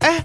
哎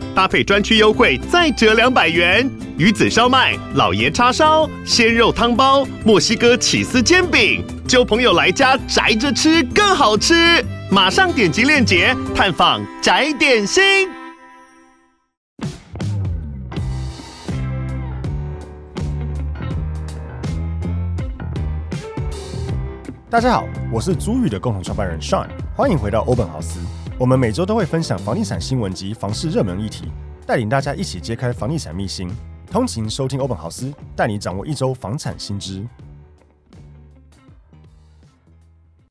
搭配专区优惠再折两百元。鱼子烧麦、老爷叉烧、鲜肉汤包、墨西哥起司煎饼，就朋友来家宅着吃更好吃。马上点击链接探访宅点心。大家好，我是租宇的共同创办人 Sean，欢迎回到欧本豪斯。我们每周都会分享房地产新闻及房市热门议题，带领大家一起揭开房地产秘辛。通勤收听欧本豪斯，带你掌握一周房产新知。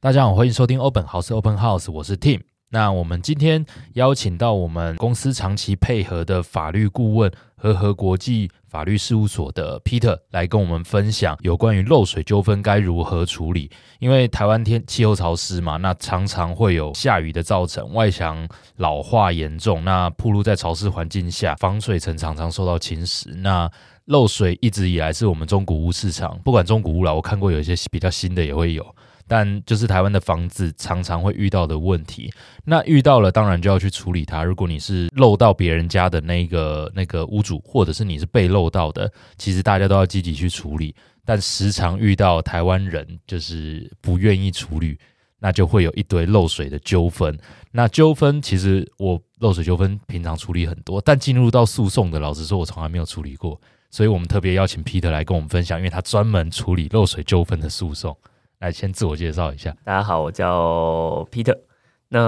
大家好，欢迎收听 Open House Open House，我是 Tim。那我们今天邀请到我们公司长期配合的法律顾问和和国际法律事务所的 Peter 来跟我们分享有关于漏水纠纷该如何处理。因为台湾天气候潮湿嘛，那常常会有下雨的造成，外墙老化严重，那暴露在潮湿环境下，防水层常常受到侵蚀。那漏水一直以来是我们中古屋市场，不管中古屋啦，我看过有一些比较新的也会有。但就是台湾的房子常常会遇到的问题。那遇到了，当然就要去处理它。如果你是漏到别人家的那个那个屋主，或者是你是被漏到的，其实大家都要积极去处理。但时常遇到台湾人就是不愿意处理，那就会有一堆漏水的纠纷。那纠纷其实我漏水纠纷平常处理很多，但进入到诉讼的，老实说，我从来没有处理过。所以我们特别邀请 Peter 来跟我们分享，因为他专门处理漏水纠纷的诉讼。来，先自我介绍一下。大家好，我叫 Peter。那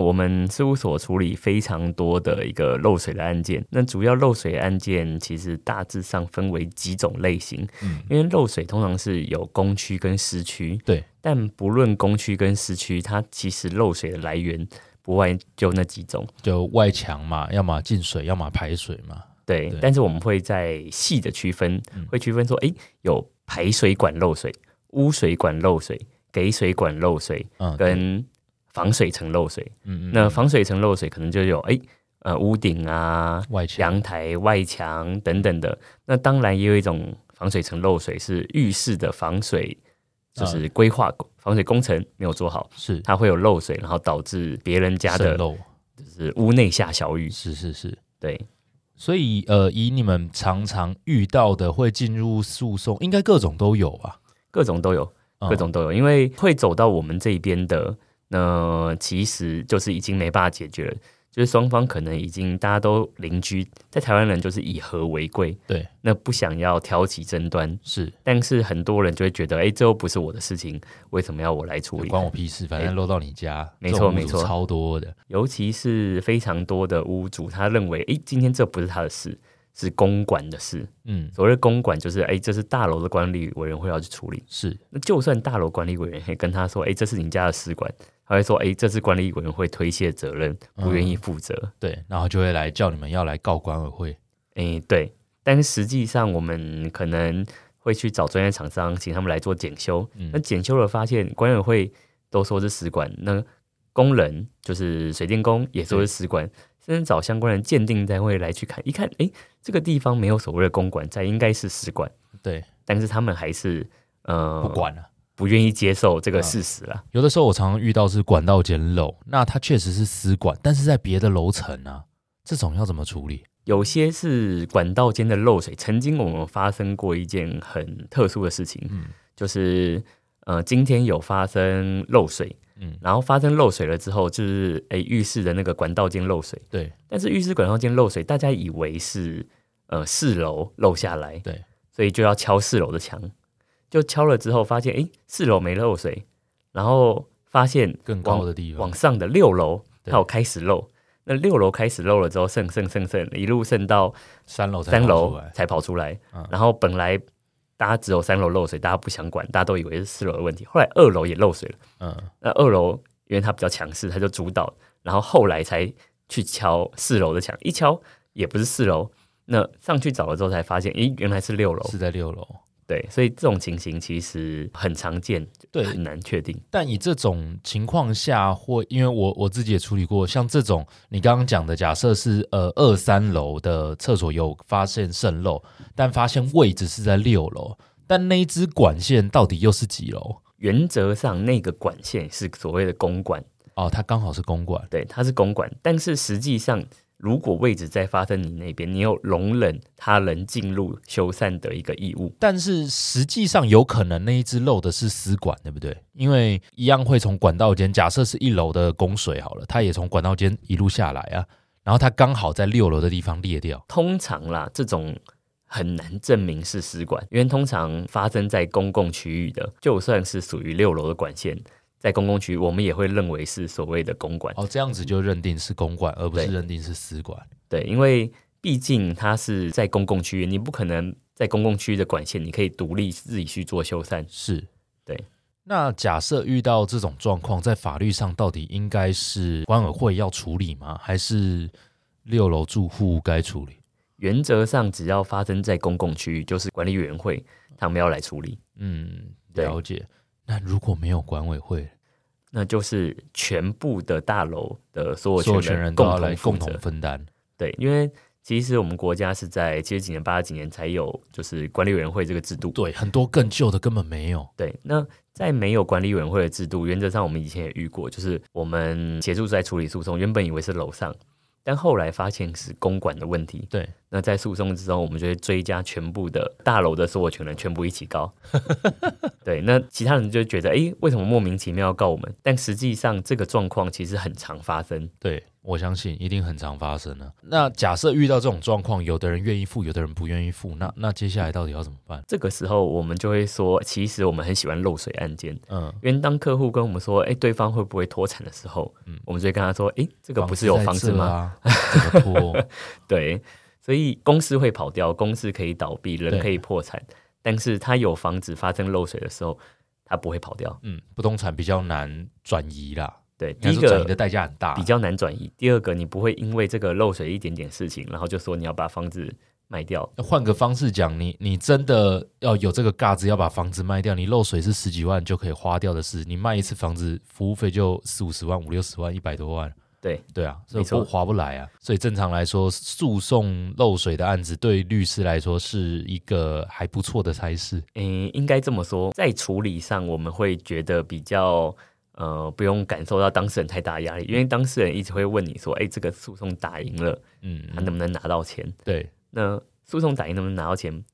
我们事务所处理非常多的一个漏水的案件。那主要漏水案件其实大致上分为几种类型，嗯因为漏水通常是有公区跟私区，对，但不论公区跟私区，它其实漏水的来源不外就那几种。就外墙嘛，要么进水，要么排水嘛。对，对嗯但是我们会在细的区分，会区分说，诶，有排水管漏水、污水管漏水、给水管漏水嗯，对跟防水层漏水。嗯嗯，那防水层漏水可能就有诶，呃屋顶啊、外墙阳台、外墙等等的。那当然也有一种防水层漏水是浴室的防水，啊就是规划、防水工程没有做好，是它会有漏水，然后导致别人家渗的漏，就是屋内下小雨。是是是。对，所以呃，以你们常常遇到的会进入诉讼，应该各种都有吧？各种都有。嗯各种都有，因为会走到我们这一边的，那其实就是已经没办法解决了，就是双方可能已经大家都邻居，在台湾人就是以和为贵，对，那不想要挑起争端，是但是很多人就会觉得，哎、这又不是我的事情，为什么要我来处理？关我屁事，反正漏到你家，没错这种屋主没错超多的，尤其是非常多的屋主，他认为，哎、今天这不是他的事，是公管的事。嗯，所谓公管就是，哎、这是大楼的管理委员会要去处理。是那就算大楼管理委员会跟他说：“哎、这是你家的私管。”他会说：“哎、这是管理委员会推卸责任，不愿意负责。对，然后就会来叫你们要来告管委会，哎、对。但是实际上，我们可能会去找专业厂商，请他们来做检修。嗯那检修了，发现管委会都说是私管，那工人就是水电工也说是私管，甚至找相关的鉴定单位来去看，一看，哎、这个地方没有所谓的公管在，应该是私管，对，但是他们还是呃不，管了、啊不愿意接受这个事实啦。有的时候我常常遇到是管道间漏，那它确实是私管，但是在别的楼层啊，这种要怎么处理？有些是管道间的漏水。曾经我们发生过一件很特殊的事情，嗯就是呃，今天有发生漏水，嗯然后发生漏水了之后，就是诶浴室的那个管道间漏水，对但是浴室管道间漏水，大家以为是呃四楼漏下来，对，所以就要敲四楼的墙，就敲了之后发现诶四楼没漏水，然后发现更往高的地方往，上的六楼，对它有开始漏。那六楼开始漏了之后，渗渗渗渗，一路渗到三楼才三跑出楼来才跑出来。嗯然后本来大家只有三楼漏水，大家不想管，大家都以为是四楼的问题。后来二楼也漏水了，嗯，那二楼因为它比较强势，它就主导，然后后来才去敲四楼的墙，哦一敲也不是四楼。那上去找了之后才发现，咦，原来是六楼。是在六楼，对，所以这种情形其实很常见，对很难确定。但以这种情况下，或因为我我自己也处理过，像这种你刚刚讲的，假设是呃二三楼的厕所有发现渗漏，但发现位置是在六楼，但那一支管线到底又是几楼？原则上，那个管线是所谓的公管，哦，它刚好是公管，对，它是公管，但是实际上。如果位置在发生你那边，你有容忍他人进入修缮的一个义务，但是实际上有可能那一支漏的是丝管，对不对？因为一样会从管道间，假设是一楼的供水好了，它也从管道间一路下来啊，然后它刚好在六楼的地方裂掉。通常啦，这种很难证明是食管，因为通常发生在公共区域的，就算是属于六楼的管线，在公共区域，我们也会认为是所谓的公管。哦，这样子就认定是公管，而不是对认定是私管。对，因为毕竟它是在公共区域，你不可能在公共区域的管线，你可以独立自己去做修缮。是，对。那假设遇到这种状况，在法律上到底应该是管委会要处理吗？还是六楼住户该处理？原则上，只要发生在公共区域，就是管理委员会他们要来处理，嗯，对了解。那如果没有管委会，那就是全部的大楼的所所有有权权人人都要来负共责同分担。对，因为其实我们国家是在七十几年、八十几年才有就是管理委员会这个制度。对，很多更旧的根本没有。对，那在没有管理委员会的制度，原则上我们以前也遇过，就是我们协助在处理诉讼，原本以为是楼上，但后来发现是公管的问题。对，那在诉讼之中，我们就会追加全部的大楼的所有权人全部一起告。 对，那其他人就觉得，诶，为什么莫名其妙要告我们？但实际上这个状况其实很常发生。对我相信一定很常发生啊。那假设遇到这种状况，有的人愿意付，有的人不愿意付，那那接下来到底要怎么办？这个时候，我们就会说，其实我们很喜欢漏水案件，嗯，因为当客户跟我们说，哎、对方会不会脱产的时候，嗯我们就会跟他说，哎、这这个不是有房子吗？啊，怎么拖？对，所以公司会跑掉，公司可以倒闭，人对可以破产，但是他有房子发生漏水的时候，他不会跑掉。嗯，不动产比较难转移 啦，对，应该第一说转移的个代价很大，比较难转移，第二个你不会因为这个漏水一点点事情，然后就说你要把房子卖掉。换个方式讲，你你真的要有这个嘎子，要把房子卖掉，你漏水是十几万就可以花掉的事，你卖一次房子，服务费就四五十万、五六十万、一百多万，对，对啊，所以没错不划不来啊。所以正常来说，诉讼漏水的案子对律师来说是一个还不错的差事。嗯，应该这么说，在处理上我们会觉得比较呃不用感受到当事人太大的压力，因为当事人一直会问你说，哎、这个诉讼打赢了，嗯，他能不能拿到钱？对啊那诉讼打赢能不能拿到钱，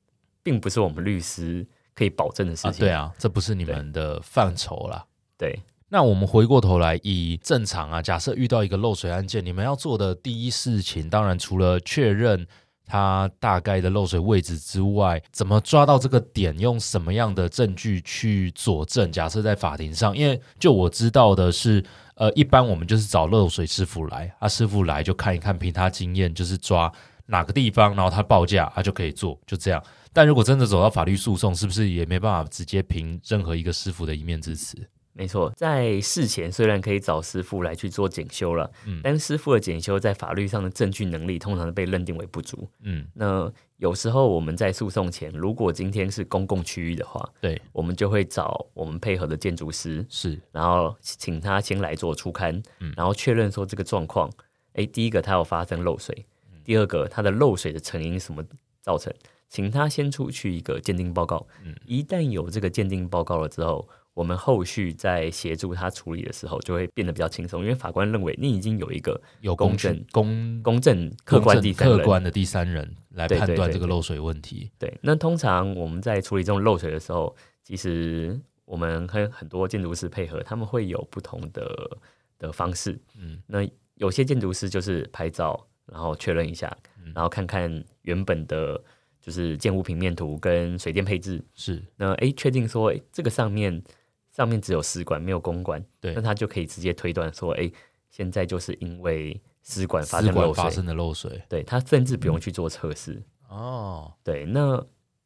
并不是我们律师可以保证的事啊，情。对啊，这不是你们的范畴啦。对，那我们回过头来，以正常啊，假设遇到一个漏水案件，你们要做的第一事情，当然除了确认它大概的漏水位置之外，怎么抓到这个点，用什么样的证据去佐证？假设在法庭上，因为就我知道的是，呃，一般我们就是找漏水师傅来，啊，师傅来就看一看，凭他经验就是抓哪个地方，然后他报价，他就可以做，就这样。但如果真的走到法律诉讼，是不是也没办法直接凭任何一个师傅的一面之词？没错，在事前虽然可以找师傅来去做检修了，嗯但师傅的检修在法律上的证据能力通常被认定为不足。嗯，那有时候我们在诉讼前，如果今天是公共区域的话，对，我们就会找我们配合的建筑师，是。然后请他先来做初勘，嗯然后确认说这个状况，诶，第一个它有发生漏水，嗯第二个它的漏水的成因是什么造成，请他先出去一个鉴定报告，嗯一旦有这个鉴定报告了之后。我们后续在协助他处理的时候，就会变得比较轻松，因为法官认为你已经有一个有公公正正公公正、客观公正第三人客观的第三人来对对判断对这个对漏水问题。对，那通常我们在处理这种漏水的时候，其实我们跟很多建筑师配合，他们会有不同的的方式。嗯，那有些建筑师就是拍照，然后确认一下，嗯然后看看原本的就是建物平面图跟水电配置。是那诶，确定说诶这个上面上面只有丝管没有公管，对那他就可以直接推断说，诶，现在就是因为丝管呃发丝生管漏发水。生的嗯漏水对他甚至不用去做测试。哦，对，那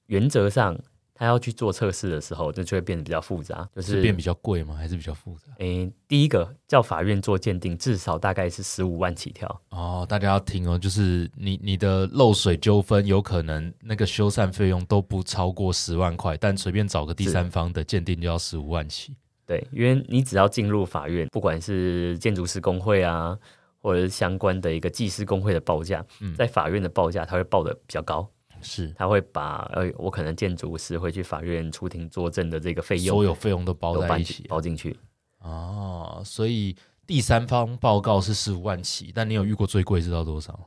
原则上他要去做测试的时候，这就会变得比较复杂，就是是变比较贵吗？还是比较复杂？诶，第一个叫法院做鉴定，至少大概是十五万起跳。哦，大家要听哦，就是你你的漏水纠纷，有可能那个修缮费用都不超过十万块，但随便找个第三方的鉴定就要十五万起。对，因为你只要进入法院，不管是建筑师工会啊，或者是相关的一个技师工会的报价，嗯在法院的报价，他会报的比较高，是，他会把呃，我可能建筑师会去法院出庭作证的这个费所用有费用都包都在搬一进起啊包进去。哦，所以第三方报告是十五万起，但你有遇过最贵是到多少？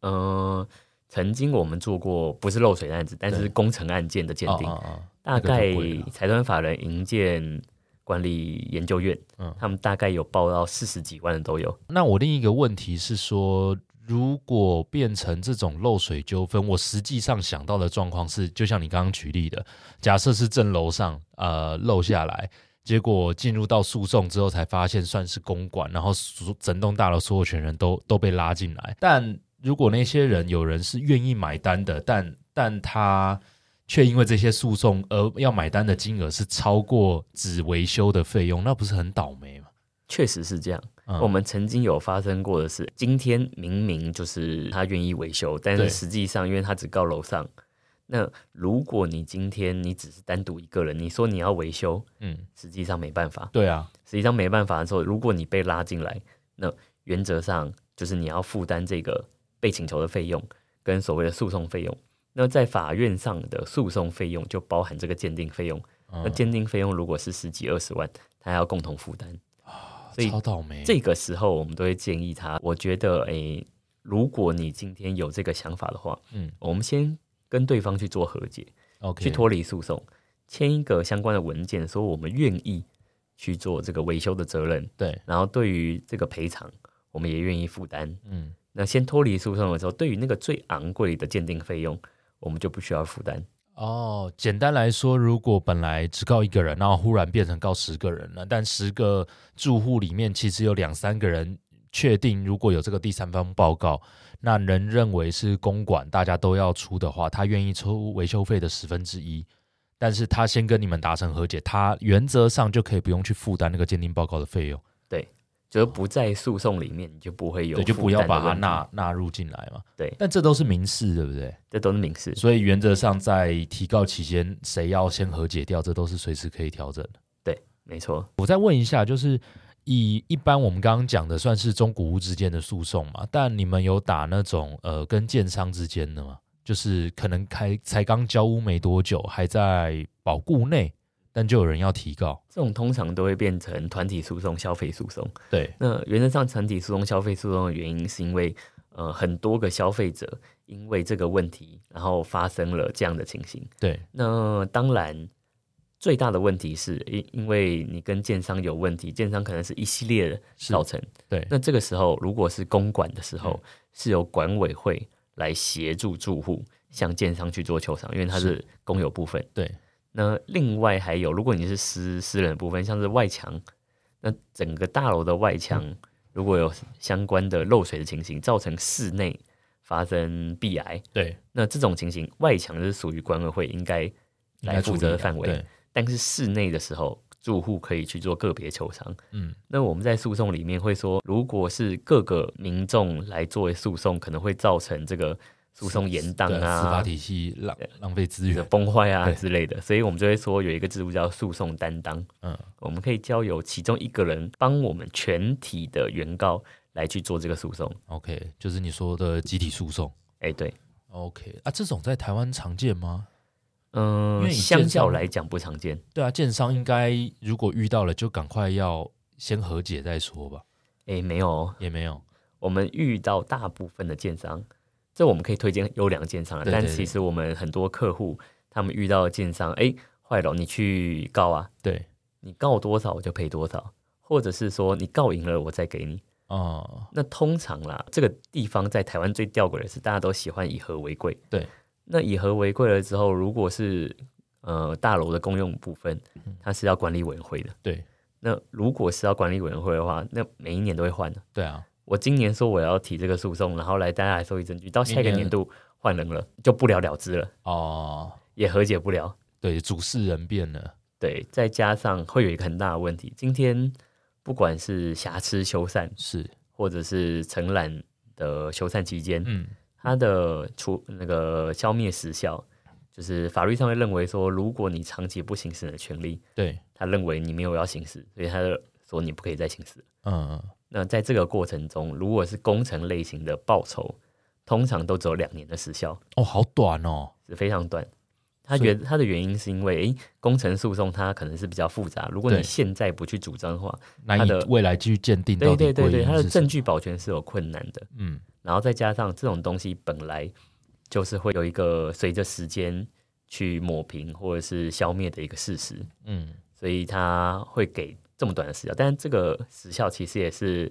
嗯、曾经我们做过不是漏水的案子，但是对工程案件的鉴定，哦哦哦大那概个就贵了财团法人营建管理研究院，嗯他们大概有报到四十几万的都有。那我另一个问题是说，如果变成这种漏水纠纷，我实际上想到的状况是，就像你刚刚举例的，假设是正楼上呃漏下来，结果进入到诉讼之后才发现算是公馆，然后所整栋大楼所有权人都都被拉进来。但如果那些人有人是愿意买单的，但但他却因为这些诉讼而要买单的金额是超过只维修的费用，那不是很倒霉吗？确实是这样。嗯我们曾经有发生过的是，今天明明就是他愿意维修，但对是实际上因为他只告楼上。那如果你今天你只是单独一个人，你说你要维修，嗯，实际上没办法。对啊，实际上没办法的时候，如果你被拉进来，那原则上就是你要负担这个被请求的费用跟所谓的诉讼费用。那在法院上的诉讼费用就包含这个鉴定费用。嗯那鉴定费用如果是十几二十万，他还要共同负担。所以超倒霉。这个时候我们都会建议他，我觉得，诶、如果你今天有这个想法的话，嗯，我们先跟对方去做和解， OK，去脱离诉讼，签一个相关的文件，说我们愿意去做这个维修的责任，对，然后对于这个赔偿，我们也愿意负担。嗯，那先脱离诉讼的时候，对于那个最昂贵的鉴定费用，我们就不需要负担。哦，简单来说，如果本来只告一个人，然后忽然变成告十个人了，但十个住户里面其实有两三个人确定，如果有这个第三方报告，那人认为是公馆大家都要出的话，他愿意出维修费的十分之一。但是他先跟你们达成和解，他原则上就可以不用去负担那个鉴定报告的费用，就是不在诉讼里面，你就不会有对，就不负担要的把它问题纳，纳入进来嘛。对但这都是民事，对不对？这都是民事。所以原则上，在提告期间，谁要先和解掉，这都是随时可以调整的。没错，我再问一下，就是以一般我们刚刚讲的，算是中古屋之间的诉讼嘛？但你们有打那种呃跟建商之间的吗？就是可能开才刚交屋没多久，还在保固内，但就有人要提告。这种通常都会变成团体诉讼、消费诉讼。对，那原则上，团体诉讼、消费诉讼的原因是因为，呃，很多个消费者因为这个问题，然后发生了这样的情形。对，那当然，最大的问题是因因为你跟建商有问题，建商可能是一系列的是造成。对，那这个时候，如果是公管的时候，是由管委会来协助住户向建商去做求偿，因为它是公有部分。对，那另外还有，如果你是私私人的部分，像是外墙，那整个大楼的外墙、如果有相关的漏水的情形，造成室内发生壁癌，对，那这种情形，外墙是属于管委会应该来负责的范围，对，但是室内的时候，住户可以去做个别求偿。嗯，那我们在诉讼里面会说，如果是各个民众来作为诉讼，可能会造成这个诉讼延宕对，司法啊、体系浪浪费资源。崩坏啊对之类的，所以我们就会说有一个制度叫诉讼担当，嗯，我们可以交由其中一个人帮我们全体的原告来去做这个诉讼。 OK，就是你说的集体诉讼。哎、对， OK 啊，这种在台湾常见吗？因嗯，为以相建商较来讲不常见。对啊，建商应该如果遇到了，就赶快要先和解再说吧。哎、没有哦，也没有，我们遇到大部分的建商，这我们可以推荐优良建商啊，对对但对其实我们很多客户他们遇到的建商，哎，坏了，你去告啊，对，你告多少我就赔多少，或者是说你告赢了我再给你。哦、那通常啦，这个地方在台湾最吊诡的是，大家都喜欢以和为贵。对，那以和为贵了之后，如果是呃大楼的公用部分，嗯它是要管理委员会的。对，那如果是要管理委员会的话，那每一年都会换的。对啊，我今年说我要提这个诉讼，然后来大家来收集证据，到下一个明年年度换人了，就不了了之了，哦、也和解不了。对，主事人变了，对，再加上会有一个很大的问题，今天不管是瑕疵修缮，是，或者是承揽的修缮期间，嗯，它的除那个消灭时效，就是法律上会认为说，如果你长期不行使你的权利，对，他认为你没有要行使，所以他就说你不可以再行使。嗯，那在这个过程中，如果是工程类型的报酬，通常都只有两年的时效，哦，好短哦，是非常短。他所以原他的原因是因为，诶、工程诉讼它可能是比较复杂，如果对你现在不去主张的话，难他以的未来继续鉴定到对底对对归对，因它的是什证么，据保全是有困难的。嗯，然后再加上这种东西本来就是会有一个随着时间去抹平或者是消灭的一个事实，嗯，所以它会给这么短的时效。但是这个时效其实也是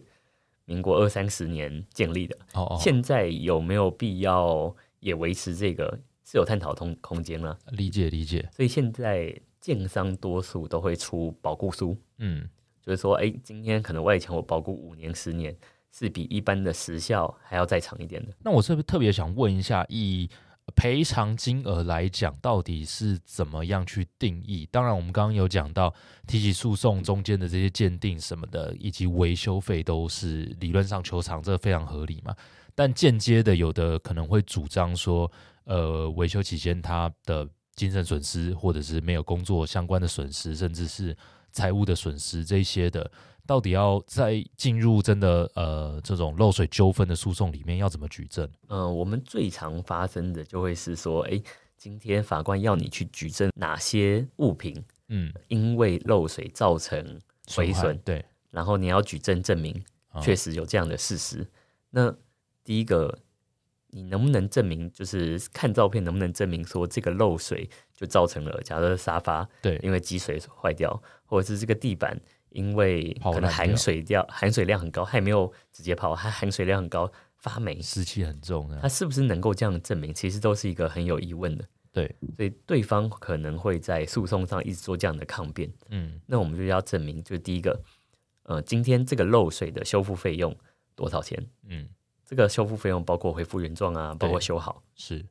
民国二三十年建立的，哦哦，现在有没有必要也维持这个是有探讨空空间了。理解理解，所以现在建商多数都会出保固书，嗯，就是说，哎，今天可能外墙我保固五年、十年，是比一般的时效还要再长一点的。那我是不是特别想问一下，以赔偿金额来讲，到底是怎么样去定义？当然，我们刚刚有讲到提起诉讼中间的这些鉴定什么的，以及维修费都是理论上球场这非常合理嘛。但间接的，有的可能会主张说，呃，维修期间他的精神损失，或者是没有工作相关的损失，甚至是财务的损失这一些的，到底要在进入真的呃这种漏水纠纷的诉讼里面要怎么举证？嗯、我们最常发生的就会是说，哎，今天法官要你去举证哪些物品嗯，因为漏水造成毁害损，对，然后你要举证证明啊确实有这样的事实。那第一个，你能不能证明？就是看照片能不能证明说这个漏水就造成了，假设沙发对，因为积水坏掉，或者是这个地板因为泡可能烂掉含水掉含水量很高，它也没有直接泡，它含水量很高发霉，湿气很重啊它的，是不是能够这样证明？其实都是一个很有疑问的。对，所以对方可能会在诉讼上一直做这样的抗辩。嗯，那我们就要证明，就是第一个，呃，今天这个漏水的修复费用多少钱？嗯，这个修复费用包括恢复原状啊，包括修好。是，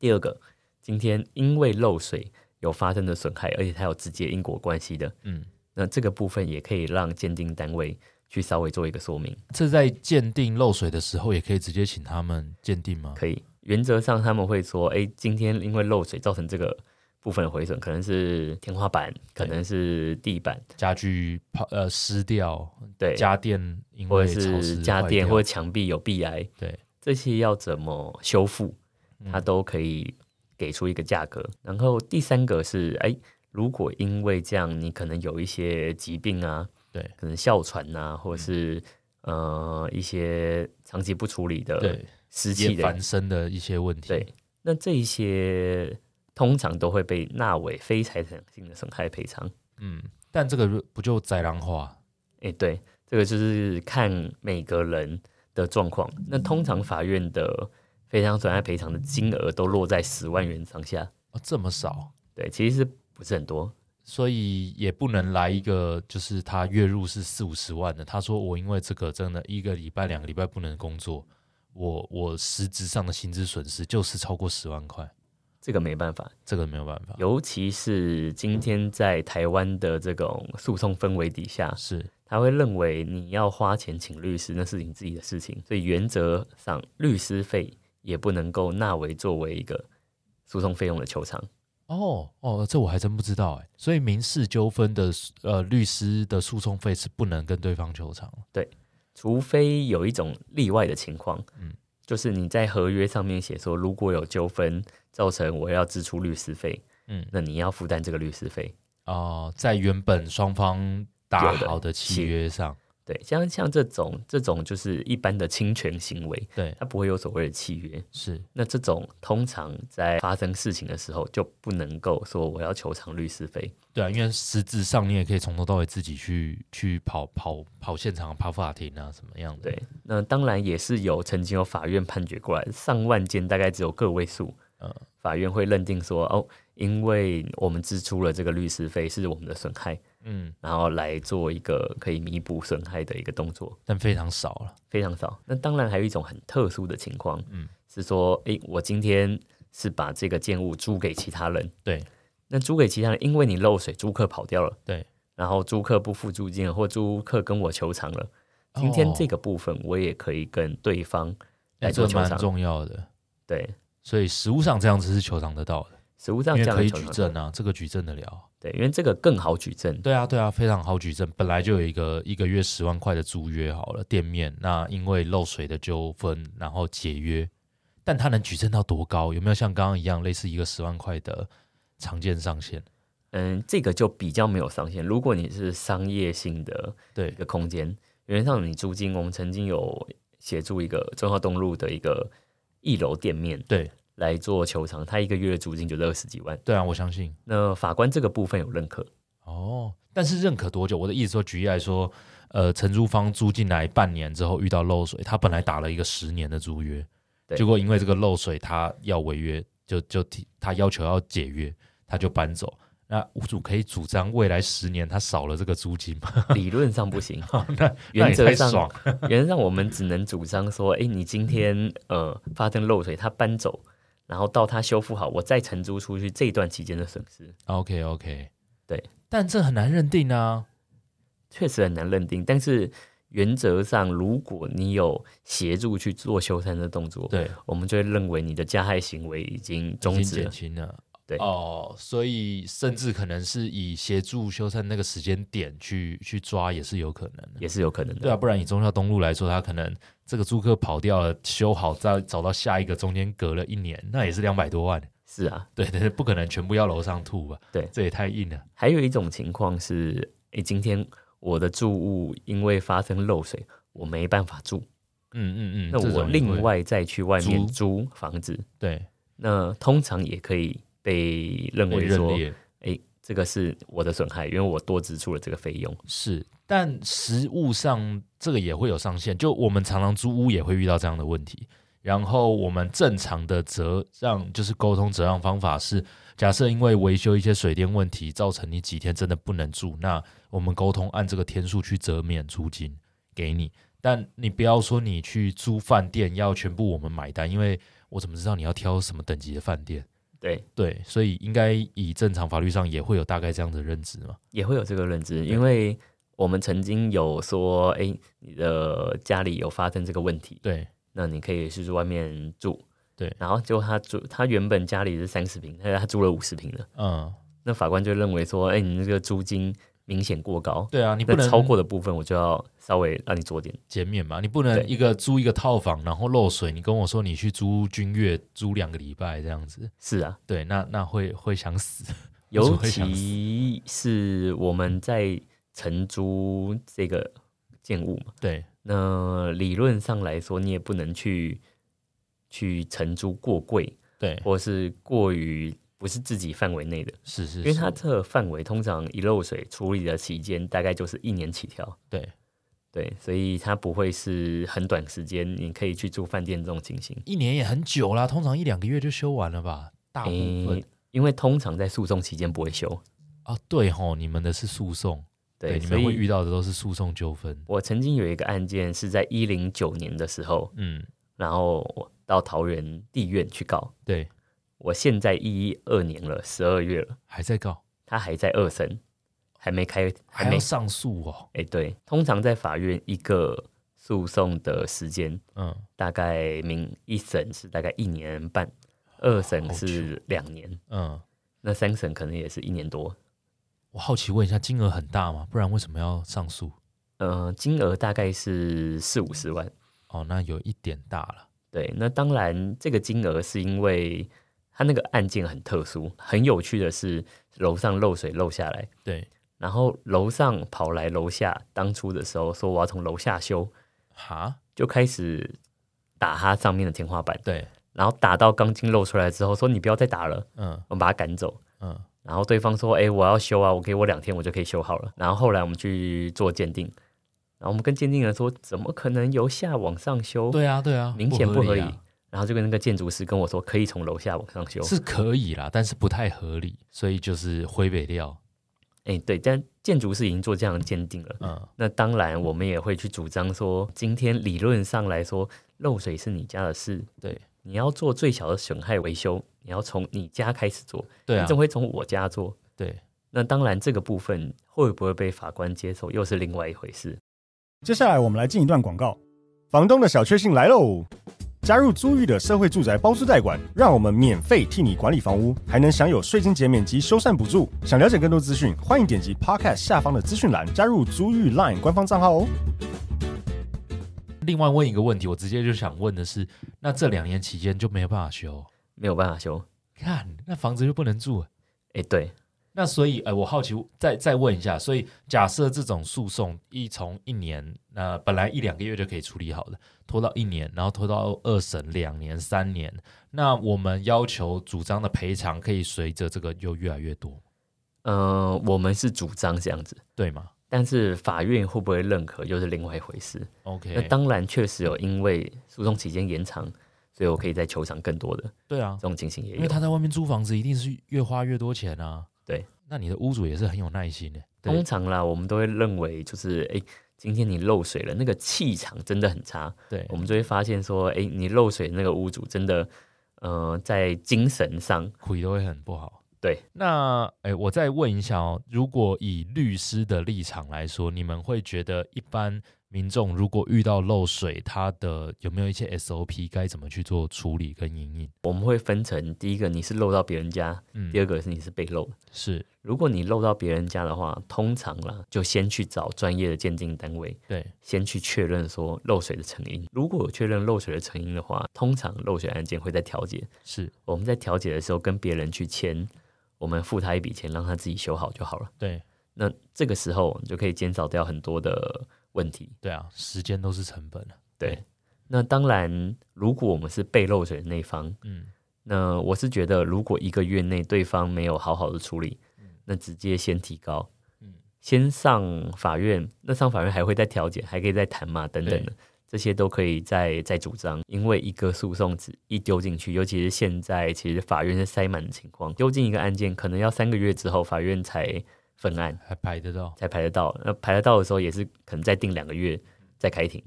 第二个，今天因为漏水有发生的损害，而且它有直接因果关系的，嗯，那这个部分也可以让鉴定单位去稍微做一个说明。这在鉴定漏水的时候，也可以直接请他们鉴定吗？可以，原则上他们会说，哎，今天因为漏水造成这个部分的毁损，可能是天花板，可能是地板，家具泡呃湿掉，对，家电因或为者潮是湿家坏电掉或者墙壁有壁癌，对，这些要怎么修复，它嗯都可以给出一个价格。然后第三个是，哎，如果因为这样，你可能有一些疾病啊，对可能哮喘啊，嗯或者是、呃一些长期不处理的对，呃湿气也的繁生的一些问题，对，那这一些通常都会被纳为非财产性的损害赔偿。嗯，但这个不就宅狼化？诶，对，这个就是看每个人的状况。那通常法院的非常损害赔偿的金额都落在十万元上下，哦，这么少，对，其实不是很多。所以也不能来一个，就是他月入是四五十万的。他说我因为这个真的一个礼拜、两个礼拜不能工作，我我实质上的薪资损失就是超过十万块，这个没办法，这个没有办法。尤其是今天在台湾的这种诉讼氛围底下，是他会认为你要花钱请律师，那是你自己的事情，所以原则上律师费也不能够纳为作为一个诉讼费用的求偿。哦哦，这我还真不知道哎。所以民事纠纷的呃律师的诉讼费是不能跟对方求偿。除非有一种例外的情况，嗯嗯，就是你在合约上面写说，如果有纠纷造成我要支出律师费，嗯那你要负担这个律师费。哦、在原本双方打有的好的契契约上，对，像像这种这种就是一般的侵权行为，对，它不会有所谓的契约。是那这种通常在发生事情的时候就不能够说我要求偿律师费。对啊，因为实质上你也可以从头到尾自己去去跑跑跑现场、跑法庭啊，什么样的。对，那当然也是有曾经有法院判决过来，上万件大概只有个位数，嗯法院会认定说哦，因为我们支出了这个律师费是我们的损害。嗯，然后来做一个可以弥补损害的一个动作，但非常少了。非常少。那当然还有一种很特殊的情况，嗯嗯，是说，诶，我今天是把这个建物租给其他人，对，那租给其他人，因为你漏水，租客跑掉了，对，然后租客不付租金了，或租客跟我求偿了，今天这个部分我也可以跟对方来哦哎这做求蛮偿。重要的，对，所以实物上这样子是求偿得到的，实物上因这为样可以的举求偿证啊，这个举证得了。对，因为这个更好举证。对啊，对啊，非常好举证。本来就有一个一个月十万块的租约好了，店面那因为漏水的纠纷，然后解约，但他能举证到多高？有没有像刚刚一样，类似一个十万块的常见上限？嗯，这个就比较没有上限。如果你是商业性的对一个空间，原则上你租金，我们曾经有协助一个中华东路的一个一楼店面对来做球场，他一个月的租金就二十几万。对啊，我相信那法官这个部分有认可，哦。但是认可多久？我的意思说，举例来说，呃，承租方租进来半年之后遇到漏水，他本来打了一个十年的租约，对结果 因为这个漏水，他要违约，就就提他要求要解约，他就搬走。那屋主可以主张未来十年他少了这个租金吗？ 理论上不行。那原那也则太上爽 原则上我们只能主张说，哎、你今天嗯呃发生漏水，他搬走，然后到他修复好，我再承租出去这一段期间的损失， OK OK，对，但这很难认定啊。确实很难认定。但是原则上，如果你有协助去做修缮的动作，对，我们就会认为你的加害行为已经终已经止减了。轻了。对哦，所以甚至可能是以协助修缮那个时间点去去抓，也是有可能的。也是有可能对的，啊，不然以忠孝东路来说，他可能这个租客跑掉了，修好再找到下一个，中间隔了一年，那也是两百多万。是啊。对 对，对不可能全部要楼上吐吧？对这也太硬了。还有一种情况是，哎、今天我的住物因为发生漏水，我没办法住，嗯嗯嗯，那这种我也另会外再去外面租房子，对那通常也可以被认被为认说，列哎、这个是我的损害，因为我多支出了这个费用。是，但实物上这个也会有上限。就我们常常租屋也会遇到这样的问题。然后我们正常的折让就是沟通折让方法是，假设因为维修一些水电问题，造成你几天真的不能住，那我们沟通按这个天数去折免租金给你。但你不要说你去租饭店要全部我们买单，因为我怎么知道你要挑什么等级的饭店？对，对，所以应该以正常法律上也会有大概这样的认知嘛。也会有这个认知，因为我们曾经有说，哎、你的家里有发生这个问题，对那你可以去外面住。对然后结果他住，他原本家里是三十平，但是他租了五十平的，嗯，那法官就认为说，哎、你这个租金明显过高，对啊，你你不能超过的部分，我就要稍微让你做点。减免嘛，你不能对一个租一个套房，然后漏水，你跟我说你去租君悦租两个礼拜这样子，是啊，对，那那会会想死， 我只尤会想死其是我们在承租这个建物嘛，对那理论上来说，你也不能去去承租过贵，对，或是过于不是自己范围内的，是是因为它是，这个范围通常一漏水处理的期间大概就是一年起跳。对，对，所以它不会是很短时间，你可以去住饭店这种情形。一年也很久啦，通常一两个月就修完了吧，大部分、诶因为通常在诉讼期间不会休。啊，对吼，你们的是诉讼，对，你所们会以遇到的都是诉讼纠纷，我曾经有一个案件是在一零九年的时候，嗯，然后我到桃园地院去告。对，我现在一二年了，十二月了，还在告，他还在二审，还没开，还还没要。上诉哦，哎、对，通常在法院一个诉讼的时间嗯大概明一审是大概一年半，二审是两年，嗯，那三审可能也是一年多。我好奇问一下，金额很大吗？不然为什么要上诉？呃，金额大概是四五十万。哦，那有一点大了，对，那当然这个金额是因为他那个案件很特殊，很有趣的是楼上漏水漏下来，对，然后楼上跑来楼下，当初的时候说我要从楼下修，哈，就开始打他上面的天花板，对，然后打到钢筋露出来之后，说你不要再打了，嗯我们把他赶走。嗯。然后对方说：“哎、我要修啊，我给我两天，我就可以修好了。”然后后来我们去做鉴定，然后我们跟鉴定人说：“怎么可能由下往上修？”对啊，对啊，明显不合理。啊然后就跟那个建筑师跟我说，可以从楼下往上修。是可以啦，但是不太合理，所以就是回北料。哎、对，但建筑师已经做这样的鉴定了。嗯，那当然，我们也会去主张说，今天理论上来说，漏水是你家的事，对，你要做最小的损害维修，你要从你家开始做，对你啊怎，么会从我家做？对，那当然，这个部分会不会被法官接受，又是另外一回事。接下来我们来进一段广告。房东的小确幸来喽！加入租遇的社会住宅包租代管，让我们免费替你管理房屋，还能享有税金减免及修缮补助。想了解更多资讯，欢迎点击 Podcast 下方的资讯栏，加入租遇 Line 官方账号哦。另外问一个问题，我直接就想问的是，那这两年期间就没有办法修，没有办法修。看那房子就不能住了。哎，对，那所以，哎、我好奇，再再问一下，所以假设这种诉讼一从一年，呃，本来一两个月就可以处理好的，拖到一年，然后拖到二审两年、三年，那我们要求主张的赔偿可以随着这个又越来越多，呃，我们是主张这样子，对吗但是法院会不会认可，又是另外一回事。那？OK，当然，确实有因为诉讼期间延长，所以我可以在球场更多的对啊这，种情形也因为有。他在外面租房子，一定是越花越多钱啊。对，那你的屋主也是很有耐心的、对通常啦，我们都会认为就是哎。今天你漏水了，那个气场真的很差，对我们就会发现说，哎、你漏水那个屋主真的，呃，在精神上苦都会很不好。对，那诶，我再问一下哦，如果以律师的立场来说，你们会觉得一般民众如果遇到漏水，他的有没有一些 SOP 该怎么去做处理跟隐隐？我们会分成第一个你是漏到别人家，嗯第，二个是你是被漏。是如果你漏到别人家的话，通常啦，就先去找专业的鉴定单位，对，先去确认说漏水的成因。如果有确认漏水的成因的话，通常漏水案件会在调解。是我们在调解的时候跟别人去签，我们付他一笔钱，让他自己修好就好了。对那这个时候我们就可以减少掉很多的问题。对啊，时间都是成本啊对，那当然，如果我们是被漏水的那一方，嗯，那我是觉得，如果一个月内对方没有好好的处理，那直接先提高，嗯先上法院，那上法院还会再调解，还可以再谈嘛，等等的对，这些都可以再再主张。因为一个诉讼只一丢进去，尤其是现在其实法院是塞满的情况，丢进一个案件可能要三个月之后法院才分案，还排得到，才排得到。那排得到的时候也是可能再定两个月再开庭，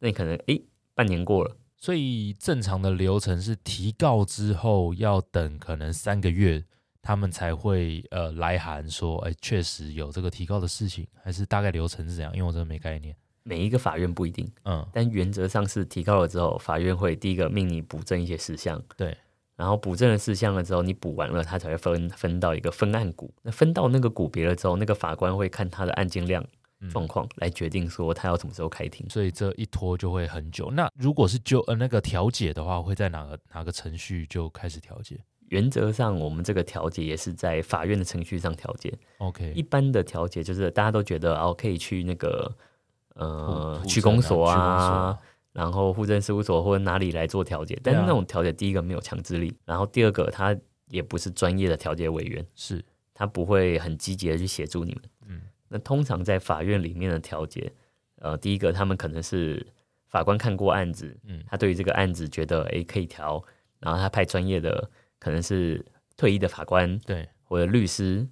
那你可能诶半年过了，所以正常的流程是提告之后要等可能三个月，他们才会呃来函说，哎，确实有这个提告的事情，还是大概流程是怎样？因为我真的没概念。每一个法院不一定。嗯，但原则上是提高了之后，法院会第一个命你补正一些事项，对，然后补正了事项了之后，你补完了，他才会分分到一个分案股。那分到那个股别了之后，那个法官会看他的案件量嗯状况来决定说他要什么时候开庭。所以这一拖就会很久。那如果是就呃那个调解的话，会在哪个哪个程序就开始调解原则上，我们这个调解也是在法院的程序上调解。一？OK，般的调解就是大家都觉得哦，可以去那个呃户区户政公所区公啊所，然后户政事务所或者哪里来做调解，但是对啊那种调解，第一个没有强制力，然后第二个他也不是专业的调解委员，是他不会很积极的去协助你们。嗯，那通常在法院里面的调解，呃，第一个他们可能是法官看过案子，嗯他对于这个案子觉得诶可以调，然后他派专业的可能是退役的法官对，或者律师，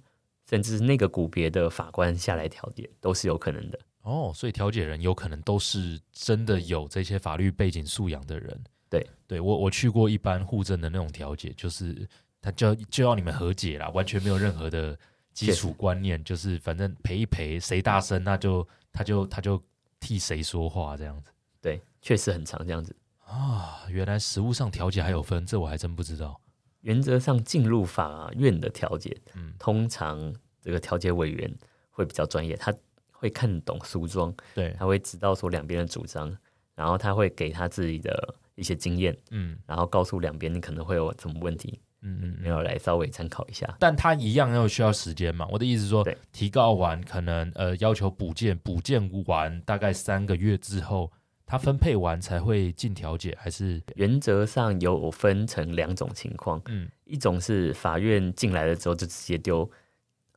甚至是那个股别的法官下来调解都是有可能的。哦，所以调解人有可能都是真的有这些法律背景素养的人。对，对我我去过一般户政的那种调解，就是他就就要你们和解啦，完全没有任何的基确础观念，就是反正赔一赔，谁大声那就他就他就替谁说话这样子对，确实很常这样子。啊。原来实物上调解还有分，这我还真不知道。原则上进入法院的调解，嗯通常这个调解委员会比较专业，他会看懂诉状，对，他会知道说两边的主张，然后他会给他自己的一些经验，嗯。然后告诉两边你可能会有什么问题，嗯嗯，没有来稍微参考一下。但他一样要需要时间嘛。我的意思是说对，提告完可能呃要求补件，补件完大概三个月之后，他分配完才会进调解，还是原则上有分成两种情况，嗯一种是法院进来了之后就直接丢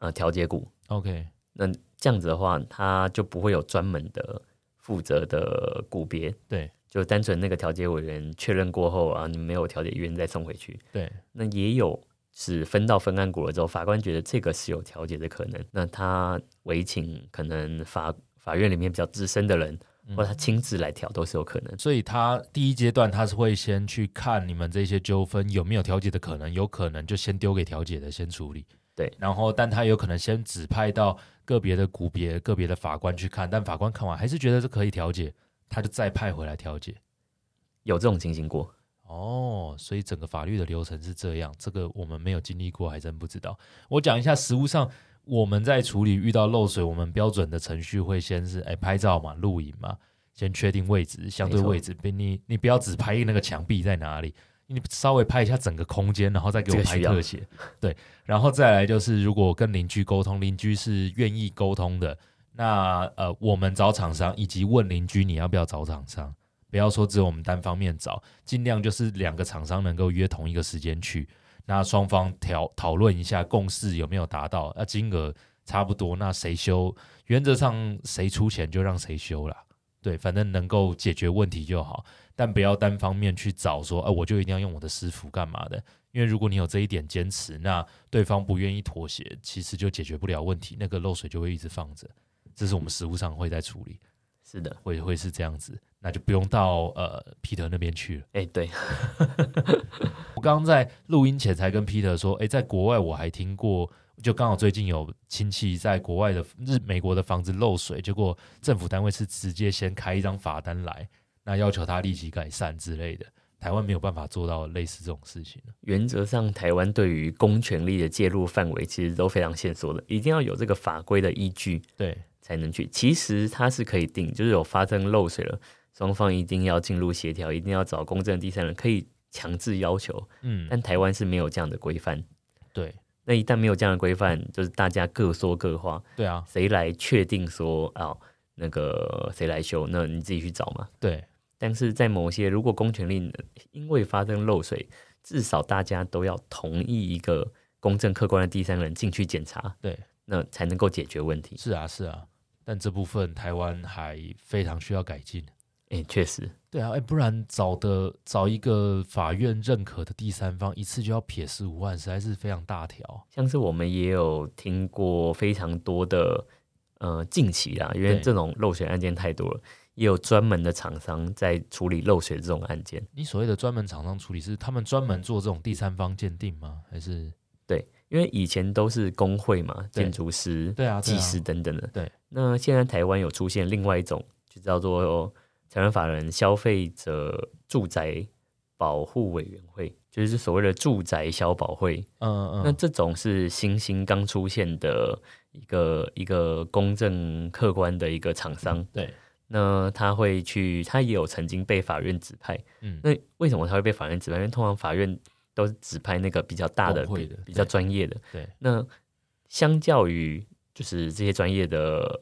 呃调解股， OK 那这样子的话，他就不会有专门的负责的股别，对就单纯那个调解委员确认过后啊，你没有调解员再送回去。对那也有是分到分案股了之后，法官觉得这个是有调解的可能，那他委请可能法法院里面比较资深的人，嗯或者他亲自来调都是有可能。所以他第一阶段他是会先去看你们这些纠纷有没有调解的可能，有可能就先丢给调解的先处理。对然后但他有可能先指派到个别的股别、个别的法官去看，但法官看完还是觉得这可以调解，他就再派回来调解。有这种情形过，哦，所以整个法律的流程是这样，这个我们没有经历过，还真不知道。我讲一下实务上我们在处理遇到漏水，我们标准的程序会先是哎拍照嘛、录影嘛，先确定位置、相对没错位置，别你你不要只拍那个墙壁在哪里。你稍微拍一下整个空间，然后再给我这个拍需要特写，对，然后再来就是，如果跟邻居沟通，邻居是愿意沟通的，那呃，我们找厂商，以及问邻居你要不要找厂商，不要说只有我们单方面找，尽量就是两个厂商能够约同一个时间去，那双方调讨论一下共识有没有达到，那、金额差不多，那谁修，原则上谁出钱就让谁修啦。对，反正能够解决问题就好，但不要单方面去找说，哎、我就一定要用我的师傅干嘛的？因为如果你有这一点坚持，那对方不愿意妥协，其实就解决不了问题，那个漏水就会一直放着。这是我们实务上会在处理，是的，会会是这样子，那就不用到呃 Peter 那边去了。哎、对，我刚刚在录音前才跟 Peter 说，诶，在国外我还听过，就刚好最近有亲戚在国外的日美国的房子漏水，结果政府单位是直接先开一张罚单来，那要求他立即改善之类的。台湾没有办法做到类似这种事情。原则上，台湾对于公权力的介入范围其实都非常限缩的，一定要有这个法规的依据对，才能去。其实它是可以定，就是有发生漏水了，双方一定要进入协调，一定要找公正第三人，可以强制要求。嗯，但台湾是没有这样的规范。对，那一旦没有这样的规范，就是大家各说各话，对啊，谁来确定说啊、哦那个谁来修？那你自己去找嘛。对，但是在某些如果公权力因为发生漏水，至少大家都要同意一个公正客观的第三人进去检查，对，那才能够解决问题。是啊，是啊。但这部分台湾还非常需要改进。哎、确实，对啊，哎，不然找的找一个法院认可的第三方，一次就要撇十五万，实在是非常大条。像是我们也有听过非常多的呃近期啦，因为对这种漏水案件太多了，也有专门的厂商在处理漏水这种案件。你所谓的专门厂商处理，是他们专门做这种第三方鉴定吗？还是对，因为以前都是工会嘛，对建筑师、对啊，对技啊师等等的。对，那现在台湾有出现另外一种，就叫做台湾法人消费者住宅保护委员会，就是所谓的住宅消保会。嗯嗯，那这种是新兴刚出现的一个一个公正客观的一个厂商。嗯对，那他会去，他也有曾经被法院指派。嗯那为什么他会被法院指派？因为通常法院都是指派那个比较大的、工会比的比较对专业的。对，那相较于就是这些专业的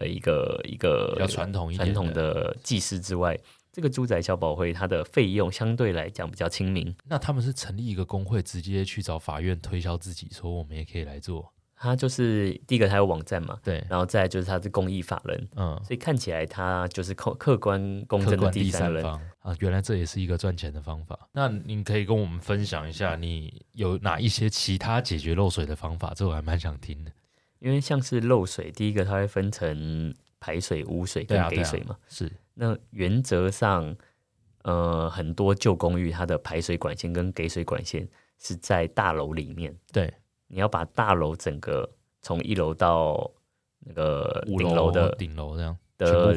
呃一个一个比较传统一点传统的技师之外，这个猪仔消保会它的费用相对来讲比较亲民，那他们是成立一个工会，直接去找法院推销自己，说我们也可以来做。它就是第一个它有网站嘛，对，然后再来就是它是公益法人，嗯，所以看起来它就是客客观公客正的观第第三三人。方啊，原来这也是一个赚钱的方法。那您可以跟我们分享一下，你有哪一些其他解决漏水的方法？这我还蛮想听的。因为像是漏水，第一个它会分成排水、污水对跟啊，对给啊水嘛，是那原则上，呃，很多旧公寓它的排水管线跟给水管线是在大楼里面，对，你要把大楼整个从一楼到那个五呃顶楼的顶楼这样，的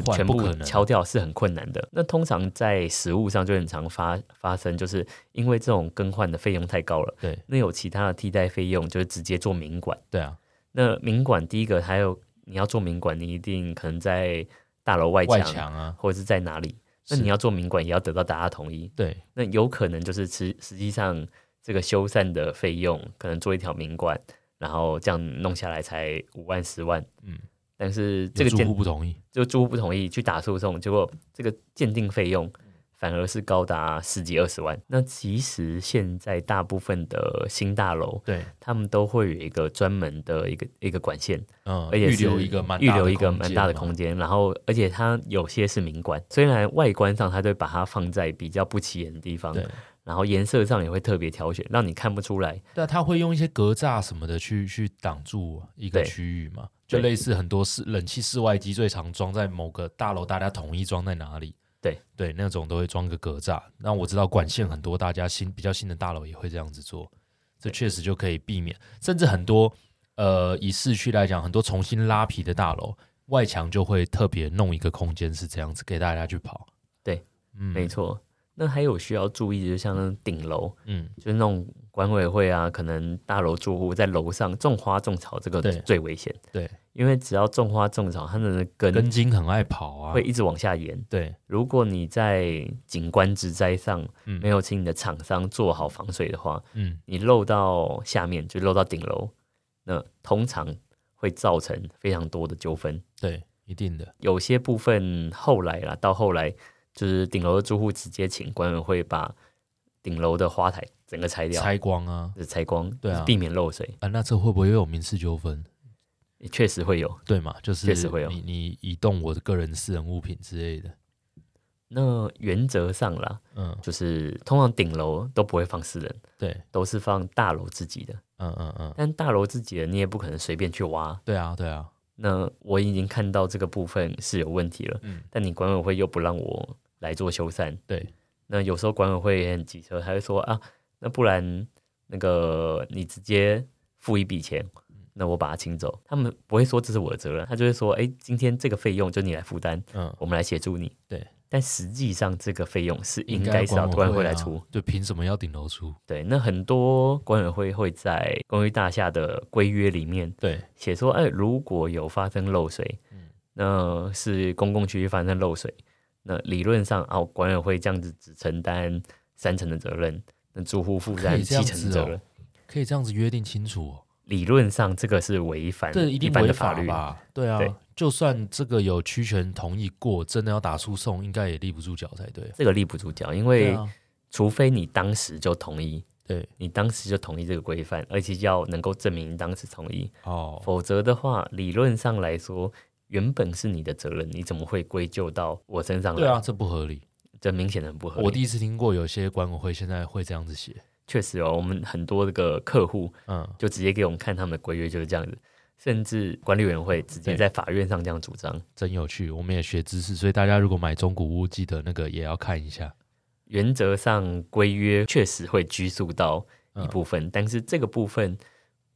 全部换全不部可能敲掉是很困难的。那通常在实物上就很常发发生，就是因为这种更换的费用太高了，对那有其他的替代费用，就是直接做明管。对啊，那明管第一个还有你要做明管，你一定可能在大楼外外墙墙啊，或者是在哪里。那是你要做明管，也要得到大家同意。对那有可能就是实实际上这个修缮的费用，可能做一条明管，然后这样弄下来才五万十万。嗯，但是这这个个住户鉴不同意，就住户不同意去打诉讼，结果这个鉴定费用反而是高达十几二十万。那其实现在大部分的新大楼，对，他们都会有一个专门的一个一个管线，嗯，而且预是留一个蛮预留一个蛮蛮大的空间嗯间，然后而且它有些是明管，虽然外观上它都会把它放在比较不起眼的地嘛，方，对，然后颜色上也会特别挑选，让你看不出来。但他会用一些格栅什么的去去挡住一个对区域嘛，就对类似很多室冷气室外机最常装在某个大楼，大家统一装在哪里？对对，那种都会装个格栅。那我知道管线很多，大家新比较新的大楼也会这样子做，这确实就可以避免，甚至很多呃以市区来讲，很多重新拉皮的大楼外墙就会特别弄一个空间是这样子给大家去跑。对，嗯没，错。那还有需要注意的，就像顶楼，嗯，就是那种管委会啊，可能大楼住户在楼上种花种草，这个对最危险，对，因为只要种花种草，它们的根根茎很爱跑啊会，一直往下延。对，如果你在景观植栽上嗯没有请你的厂商做好防水的话，嗯，你漏到下面就漏到顶楼，那通常会造成非常多的纠纷。对，一定的，有些部分后来啦，到后来就是顶楼的住户直接请管委会把顶楼的花台整个拆掉，拆光啊，就是拆光，对啊就是避免漏水，啊，那这会不会又有民事纠纷？也确实会有。对嘛？就是确实会有你你移动我的个人私人物品之类的，那原则上啦，嗯，就是通常顶楼都不会放私人，对，都是放大楼自己的。嗯嗯嗯，但大楼自己的你也不可能随便去挖。对啊对啊，那我已经看到这个部分是有问题了，嗯但你管委会又不让我来做修缮。对，那有时候管委会也很急车，他会说啊，那不然那个你直接付一笔钱，那我把它清走。他们不会说这是我的责任，他就会说，哎、今天这个费用就你来负担，嗯，我们来协助你。对，但实际上这个费用是应该是要管管委会啊来出。，就凭什么要顶楼出？对，那很多管委会会在公寓大厦的规约里面对，写说，哎、如果有发生漏水，嗯那是公共区域发生漏水，那理论上啊，管委会这样子只承担三成的责任，那住户负可担以这七样成子的哦责任。可以这样子约定清楚哦，理论上这个是违反这一定般违的法法律，吧？对对啊，就算这个有区权同意过，真的要打诉讼，应该也立不住脚才对。这个立不住脚，因对为啊，除非你当时就同意，对，你当时就同意这个规范，而且要能够证明你当时同意，哦，否则的话，理论上来说。原本是你的责任，你怎么会归咎到我身上来？对啊，，这不合理。这明显很不合理。我第一次听过有些管委会现在会这样子写，确实哦，我们很多这个客户嗯，就直接给我们看他们的规约就是这样子，甚至管理委员会直接对在法院上这样主张。真有趣，我们也学知识，所以大家如果买中古屋，记得那个也要看一下。原则上，规约确实会拘束到一部分，但是这个部分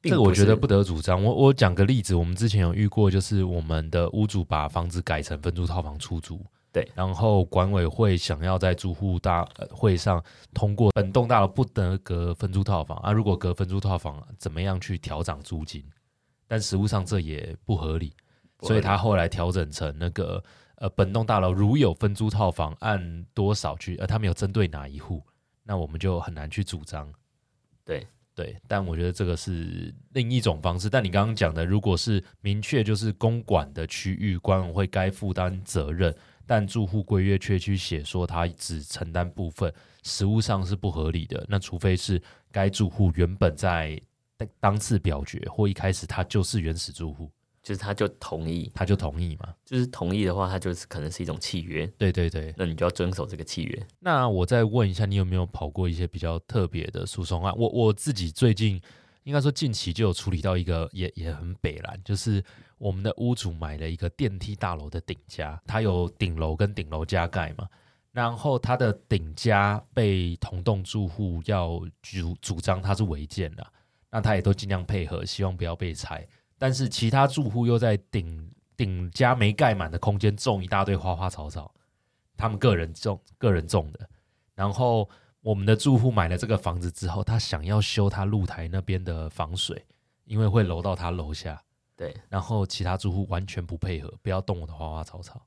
并嗯这不个我觉得是不得主张。我我讲个例子，我们之前有遇过，就是我们的屋主把房子改成分租套房出租，对然后管委会想要在住户大呃会上通过本栋大楼不得隔分租套房啊，如果隔分租套房，怎么样去调涨租金？但实物上这也不合理，不合所以理他后来调整成那个呃，本栋大楼如有分租套房，按多少去，呃，他没有针对哪一户，那我们就很难去主张。对对，但我觉得这个是另一种方式。但你刚刚讲的，如果是明确就是公馆的区域，管委会该负担责任，但住户规约却去写说他只承担部分，实物上是不合理的。那除非是该住户原本在当次表决或一开始他就是原始住户，就是他就同意，他就同意嘛。就是同意的话，他就是可能是一种契约，对对对，那你就要遵守这个契约。那我再问一下，你有没有跑过一些比较特别的诉讼案？我我自己最近应该说近期就有处理到一个也也很北蓝，就是我们的屋主买了一个电梯大楼的顶加，它有顶楼跟顶楼加盖嘛，然后它的顶加被同栋住户要主主张它是违建的、那他也都尽量配合，希望不要被拆。但是其他住户又在顶顶加没盖满的空间种一大堆花花草草，他们个人种个人种的。然后我们的住户买了这个房子之后，他想要修他露台那边的防水，因为会楼到他楼下。对，然后其他住户完全不配合，不要动我的花花草草。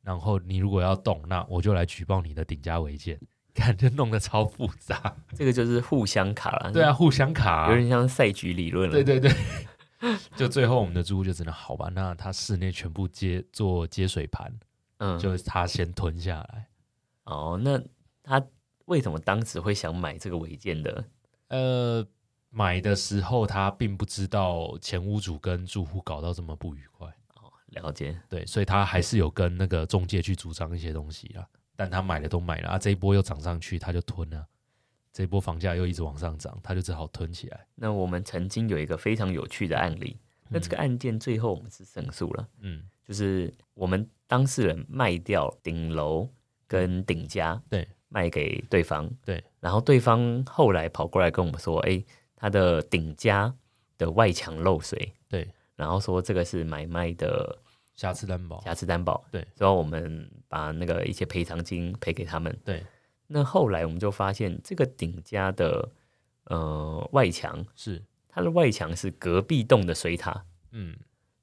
然后你如果要动，那我就来举报你的顶加违建，感觉弄得超复杂。这个就是互相卡啦。对啊，，互相卡啊、嗯有点像赛局理论了。对对对， 就最后我们的住户就只能好吧，那他室内全部接做接水盘，嗯，就是他先吞下来。哦，那他为什么当时会想买这个违建的？呃，买的时候他并不知道前屋主跟住户搞到这么不愉快，了解，对，所以他还是有跟那个中介去主张一些东西啦。但他买的都买了啊，这一波又涨上去，他就吞了。这一波房价又一直往上涨，他就只好吞起来。那我们曾经有一个非常有趣的案例，那这个案件最后我们是胜诉了，嗯，就是我们当事人卖掉顶楼跟顶家，嗯对，卖给对方，对，然后对方后来跑过来跟我们说，哎，他的顶家的外墙漏水，对，然后说这个是买卖的瑕疵担保，瑕疵担保，对，所以我们把那个一些赔偿金赔给他们。对，那后来我们就发现这个顶家的呃外墙，是，它的外墙是隔壁栋的水塔，嗯，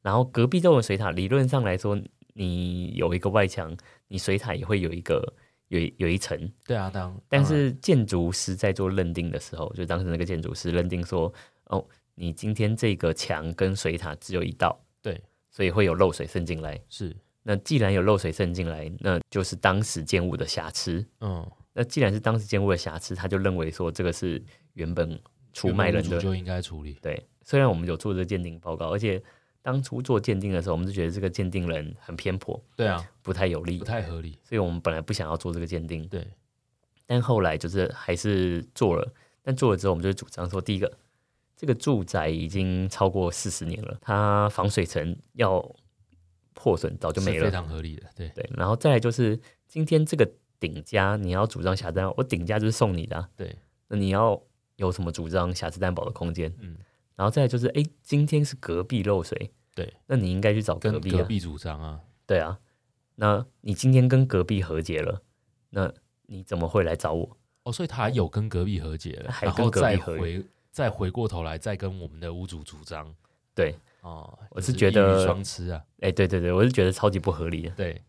然后隔壁栋的水塔理论上来说，你有一个外墙，你水塔也会有一个有一有一层，对啊，当当但然是建筑师在做认定的时候，就当时那个建筑师认定说，哦，你今天这个墙跟水塔只有一道，对，所以会有漏水渗进来。是，那既然有漏水渗进来，那就是当时建物的瑕疵。嗯，那既然是当时建物的瑕疵，他就认为说这个是原本出原卖本人屋主的。就应该处理，对，虽然我们有做这个鉴定报告，而且当初做鉴定的时候，我们就觉得这个鉴定人很偏颇，对啊，不太有利不，太合理，所以我们本来不想要做这个鉴定。对，但后来就是还是做了，但做了之后，我们就主张说，第一个，这个住宅已经超过四十年了，它防水层要破损早就没是非了。常合理的，对，对，然后再来就是今天这个顶家，你要主张瑕疵担保，我顶家就是送你的、啊，对，那你要有什么主张瑕疵担保的空间？嗯，然后再来就是，哎，今天是隔壁漏水，对，那你应该去找跟隔壁、啊，隔壁主张啊，对啊，那你今天跟隔壁和解了，那你怎么会来找我？哦，所以他有跟隔壁和解了，还然后跟隔壁再和解回再回过头来再跟我们的屋主主张，对，哦，我就是是觉一鱼得双吃啊，哎，对对对，我是觉得超级不合理的。对，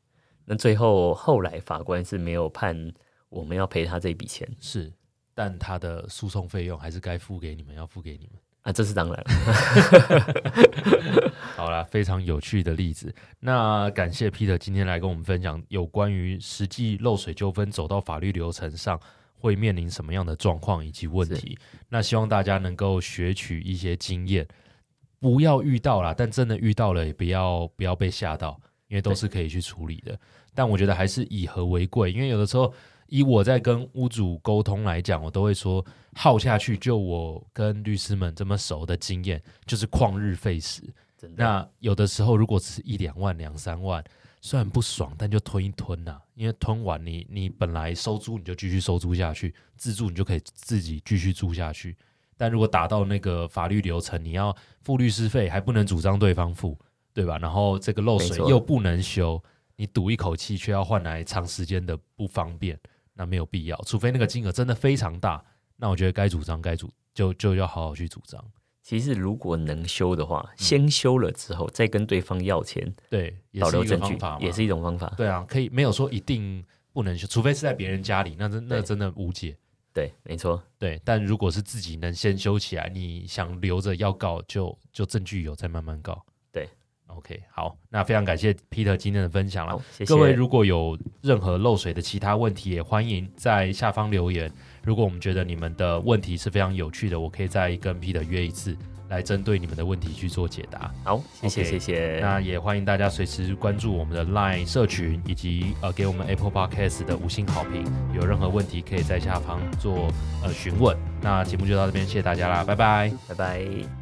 那最后后来法官是没有判我们要赔他这笔钱是，但他的诉讼费用还是该付给你们，要付给你们。啊，这是 当然。好啦，非常有趣的例子。那感谢 Peter 今天来跟我们分享有关于实际漏水纠纷走到法律流程上会面临什么样的状况以及问题。那希望大家能够学取一些经验，不要遇到啦，但真的遇到了也不要不要被吓到，因为都是可以去处理的。但我觉得还是以和为贵，因为有的时候。以我在跟屋主沟通来讲，我都会说耗下去。就我跟律师们这么熟的经验，就是旷日费时。真的，那有的时候如果只是一两万、两三万，虽然不爽，但就吞一吞呐、因为吞完你你本来收租你就继续收租下去，自住你就可以自己继续住下去。但如果打到那个法律流程，你要付律师费，还不能主张对方付，对吧？然后这个漏没水错又不能修，你赌一口气却要换来长时间的不方便，那没有必要。除非那个金额真的非常大，那我觉得该主张该主就就要好好去主张。其实如果能修的嗯话，先修了之后再跟对方要钱，对，也保是留一个证方据法嘛，也是一种方 法。对啊，可以没有说一定不能修，除非是在别人家里，那真那对真的无解。对，没错，对，但如果是自己能先修起来，你想留着要告就就证据有，再慢慢告。对，OK，好，那非常感谢 Peter 今天的分享了好。，谢谢各位如果有任何漏水的其他问题，也欢迎在下方留言。如果我们觉得你们的问题是非常有趣的，我可以再跟 Peter 约一次，来针对你们的问题去做解答。好，谢谢 OK，谢谢，那也欢迎大家随时关注我们的 LINE 社群，以及呃给我们 Apple Podcast 的五星好评。有任何问题可以在下方做呃询问。那节目就到这边，谢谢大家啦，拜拜。拜拜。